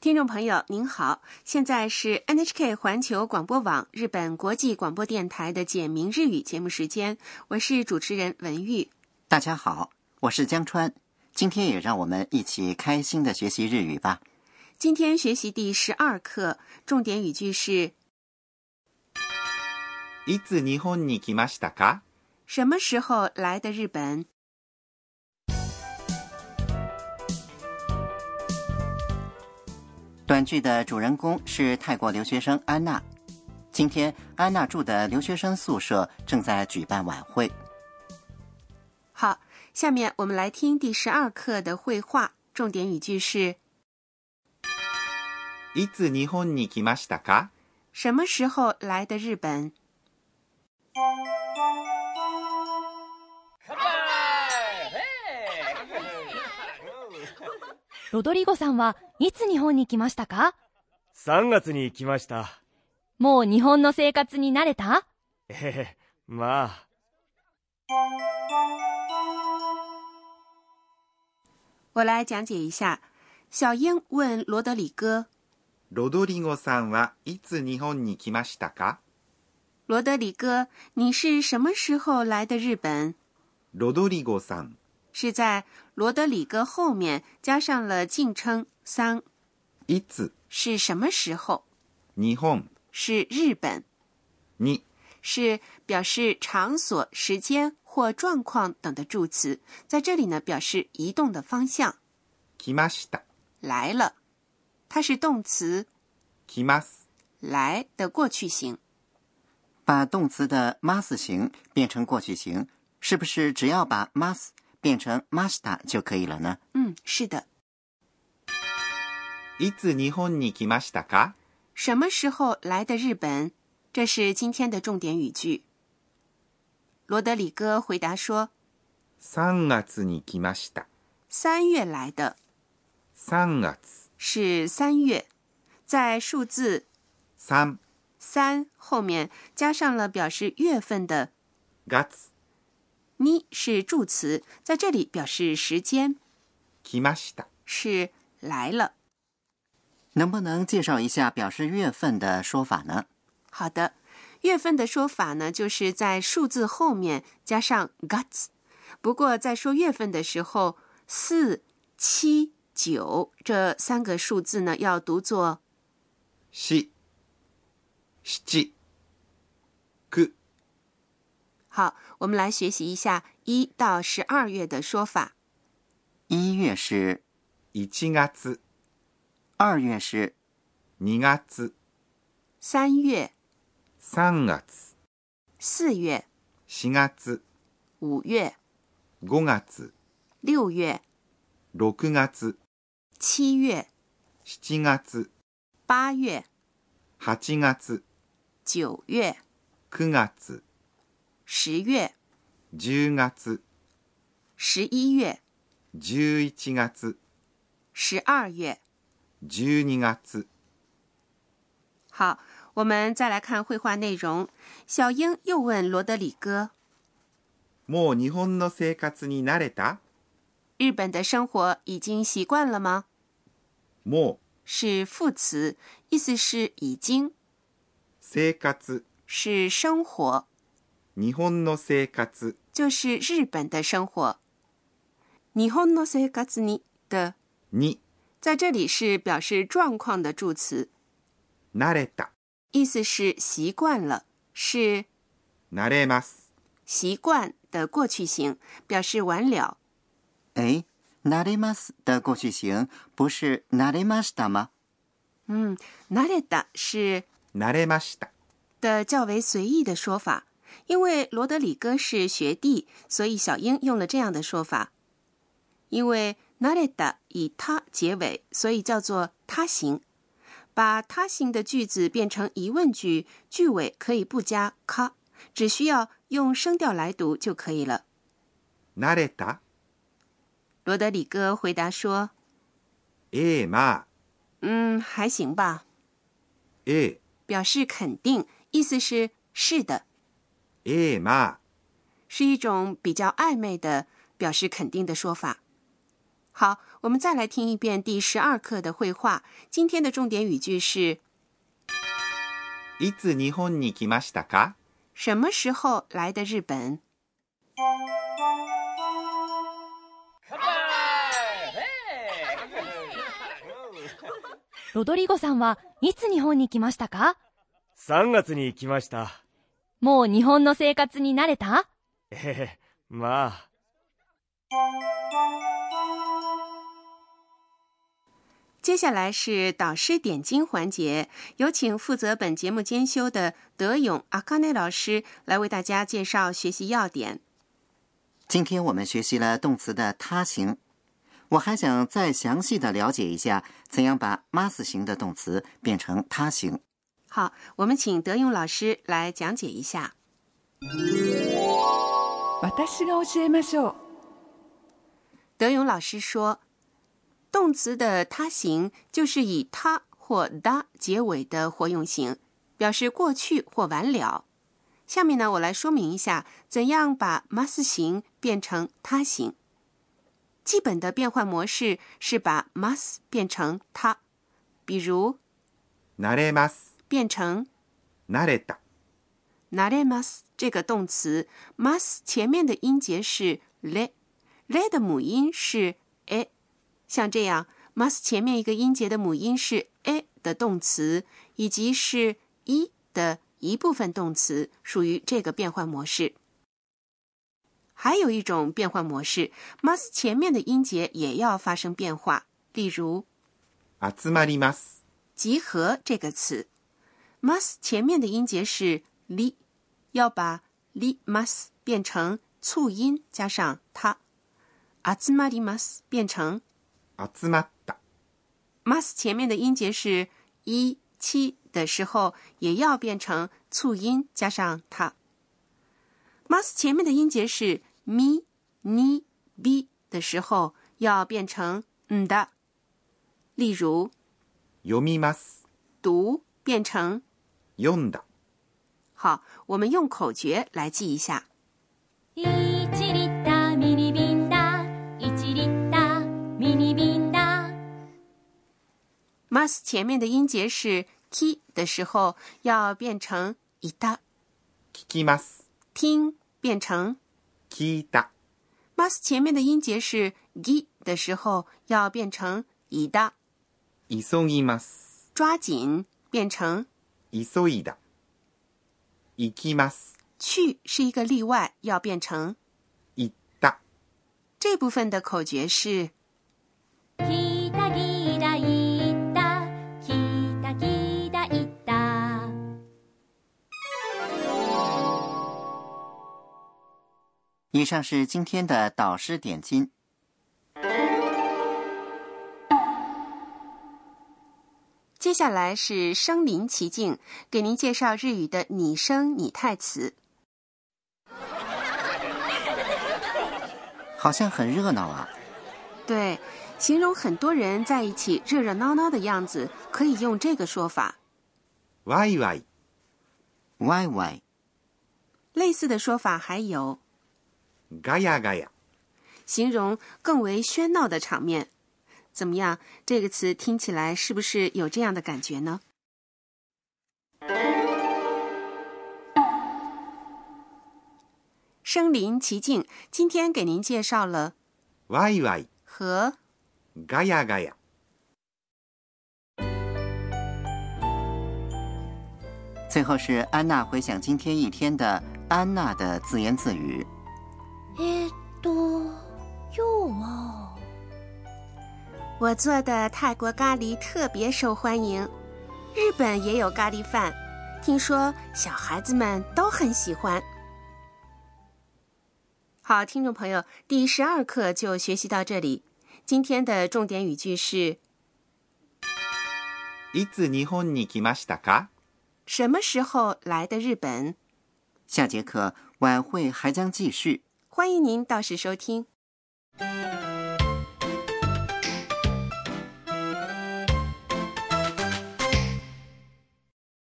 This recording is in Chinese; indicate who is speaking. Speaker 1: 听众朋友您好，现在是 NHK 环球广播网日本国际广播电台的简明日语节目时间，我是主持人文玉。
Speaker 2: 大家好，我是江川，今天也让我们一起开心的学习日语吧。
Speaker 1: 今天学习第十二课，重点语句是
Speaker 3: いつ日本に来ましたか
Speaker 1: 什么时候来的日本？
Speaker 2: 短剧的主人公是泰国留学生安娜，今天安娜住的留学生宿舍正在举办晚会。
Speaker 1: 好，下面我们来听第十二课的绘画，重点语句是
Speaker 3: いつ日本に来ましたか
Speaker 1: 什么时候来的日本？
Speaker 4: ロドリゴさんはいつ日本に来ましたか
Speaker 5: 3月に来ました。
Speaker 4: もう日本の生活に慣れた
Speaker 5: ええ、まあ、
Speaker 1: 我来讲解一下。小英问罗德里戈，
Speaker 3: ロドリゴさんはいつ日本に来ましたか
Speaker 1: 罗德里戈，你是什么时候来的日本？
Speaker 3: ロドリゴさん
Speaker 1: 是在罗德里戈后面加上了敬称桑，
Speaker 3: いつ
Speaker 1: 是什么时候？
Speaker 3: 日本
Speaker 1: 是日本，
Speaker 3: に
Speaker 1: 是表示场所、时间或状况等的助词，在这里呢表示移动的方向。
Speaker 3: 来ました
Speaker 1: 来了，它是动词
Speaker 3: 来ます
Speaker 1: 来的过去形。
Speaker 2: 把动词的 mas 形变成过去形，是不是只要把 mas 变成 masta 就可以了呢？
Speaker 1: 嗯，是的。
Speaker 3: いつ日本に来ましたか
Speaker 1: 什么时候来的日本？这是今天的重点语句。罗德里戈回答说
Speaker 3: 3月に来ました：“
Speaker 1: 三月来的
Speaker 3: 3月
Speaker 1: 是三月，在数字
Speaker 3: 3
Speaker 1: 三后面加上了表示月份的
Speaker 3: 月
Speaker 1: “你”是助词，在这里表示时间
Speaker 3: 来ました
Speaker 1: 是来了。
Speaker 2: 能不能介绍一下表示月份的说法呢？
Speaker 1: 好的，月份的说法呢，就是在数字后面加上 guts。不过在说月份的时候，四、七、九这三个数字呢，要读作
Speaker 3: 4 7 9
Speaker 1: 好。我们来学习一下一到十二月的说法。
Speaker 2: 一月是，
Speaker 3: 1月
Speaker 2: 二月是，
Speaker 3: 2月
Speaker 1: 三月、
Speaker 3: 3月
Speaker 1: 四月、
Speaker 3: 4月
Speaker 1: 五月、
Speaker 3: 5月
Speaker 1: 六月、
Speaker 3: 6月
Speaker 1: 七月、
Speaker 3: 7月
Speaker 1: 八月、
Speaker 3: 8月
Speaker 1: 九月、
Speaker 3: 9月
Speaker 1: 十月、
Speaker 3: 10月
Speaker 1: 十一月、
Speaker 3: 11月
Speaker 1: 十二月。
Speaker 3: 12月
Speaker 1: 好，我们再来看绘画内容。小英又问罗德里戈
Speaker 3: もう日本の生活に慣れた：“
Speaker 1: 日本的生活已经习惯了吗
Speaker 3: もう？”
Speaker 1: 是副词，意思是已经
Speaker 3: 生活
Speaker 1: 是生活，
Speaker 3: 日本の生活
Speaker 1: 就是日本的生活。日本の生活に的
Speaker 3: に
Speaker 1: 在这里是表示状况的助词，
Speaker 3: 慣れた
Speaker 1: 意思是习惯了，是
Speaker 3: 慣れます
Speaker 1: 习惯的过去形，表示完了。
Speaker 2: 哎 n a r i m a s 的过去形不是 n a r i m a s t a 吗？
Speaker 1: 嗯，慣れた是
Speaker 3: 慣れました
Speaker 1: 的较为随意的说法，因为罗德里戈是学弟，所以小英用了这样的说法。因为 nareta 以他结尾，所以叫做他形。把他形的句子变成疑问句，句尾可以不加 ka，只需要用声调来读就可以了。
Speaker 3: 慣れた
Speaker 1: 罗德里戈回答说
Speaker 3: ええまあ：“
Speaker 1: 嗯，还行吧。
Speaker 3: ええ”
Speaker 1: 表示肯定，意思是是的，
Speaker 3: ええまあ
Speaker 1: 是一种比较暧昧的表示肯定的说法。好，我们再来听一遍第十二课的绘画。今天的重点语句是
Speaker 3: いつ日本に来ましたか
Speaker 1: 什么时候来的日本？
Speaker 4: ロドリゴさんはいつ日本に来ましたか
Speaker 5: 3月に来ました。
Speaker 4: もう日本の生活に慣れた
Speaker 5: えへへ、まあ。
Speaker 1: 接下来是导师点睛环节，有请负责本节目监修的德勇阿卡内老师来为大家介绍学习要点。
Speaker 2: 今天我们学习了动词的他形，我还想再详细的了解一下怎样把 mas 形的动词变成他形。
Speaker 1: 好，我们请德勇老师来讲解一下。
Speaker 6: 私が教えましょう
Speaker 1: 德勇老师说，动词的他形就是以他或哒结尾的活用型，表示过去或完了。下面呢，我来说明一下怎样把 mas 形变成他形。基本的变换模式是把 mas 变成他，比如
Speaker 3: 慣れます
Speaker 1: 变成
Speaker 3: 慣れた
Speaker 1: n a r e m a s 这个动词，mas 前面的音节是 le，le 的母音是 e，像这样，mas 前面一个音节的母音是 e 的动词，以及是一的一部分动词，属于这个变换模式。还有一种变换模式，mas 前面的音节也要发生变化，例如
Speaker 3: 集まります
Speaker 1: 集合这个词，mas 前面的音节是 li，要把 li mas 变成促音加上它。a z m a r i mas 变成
Speaker 3: 集まった
Speaker 1: mas 前面的音节是一七的时候，也要变成促音加上它。mas 前面的音节是 mi、ni、bi 的时候，要变成 n 的。例如，
Speaker 3: 読みます
Speaker 1: 读变成
Speaker 3: 読んだ
Speaker 1: 好，我们用口诀来记一下。
Speaker 4: 1リッターミニビンだ1リッターミニビンだ
Speaker 1: mas 前面的音节是 ki 的时候，要变成 ita；
Speaker 3: 聞きます
Speaker 1: 听变成
Speaker 3: 聞いた
Speaker 1: mas 前面的音节是 gi 的时候，要变成 ida；
Speaker 3: 急ぎます
Speaker 1: 抓紧变成
Speaker 3: 急いだ行きます
Speaker 1: 去是一个例外，要变成
Speaker 3: 行った
Speaker 1: 这部分的口诀是
Speaker 4: 聞いた聞いた言った聞いた聞いた言った
Speaker 2: 以上是今天的导师点睛。
Speaker 1: 接下来是身临其境，给您介绍日语的拟声拟态词。
Speaker 2: 好像很热闹啊！
Speaker 1: 对，形容很多人在一起热热闹闹的样子，可以用这个说法。
Speaker 3: ワイワイ
Speaker 2: y y
Speaker 1: 类似的说法还有
Speaker 3: ガヤガヤ
Speaker 1: 形容更为喧闹的场面。怎么样？这个词听起来是不是有这样的感觉呢？身临其境，今天给您介绍了
Speaker 3: ワイワイ
Speaker 1: 和
Speaker 3: ガヤガヤ
Speaker 2: 最后是安娜回想今天一天的安娜的自言自语。
Speaker 4: えっと今日は
Speaker 1: 我做的泰国咖喱特别受欢迎，日本也有咖喱饭，听说小孩子们都很喜欢。好，听众朋友，第十二课就学习到这里。今天的重点语句是
Speaker 3: いつ日本に来ましたか
Speaker 1: 什么时候来的日本？
Speaker 2: 下节课晚会还将继续。
Speaker 1: 欢迎您到时收听。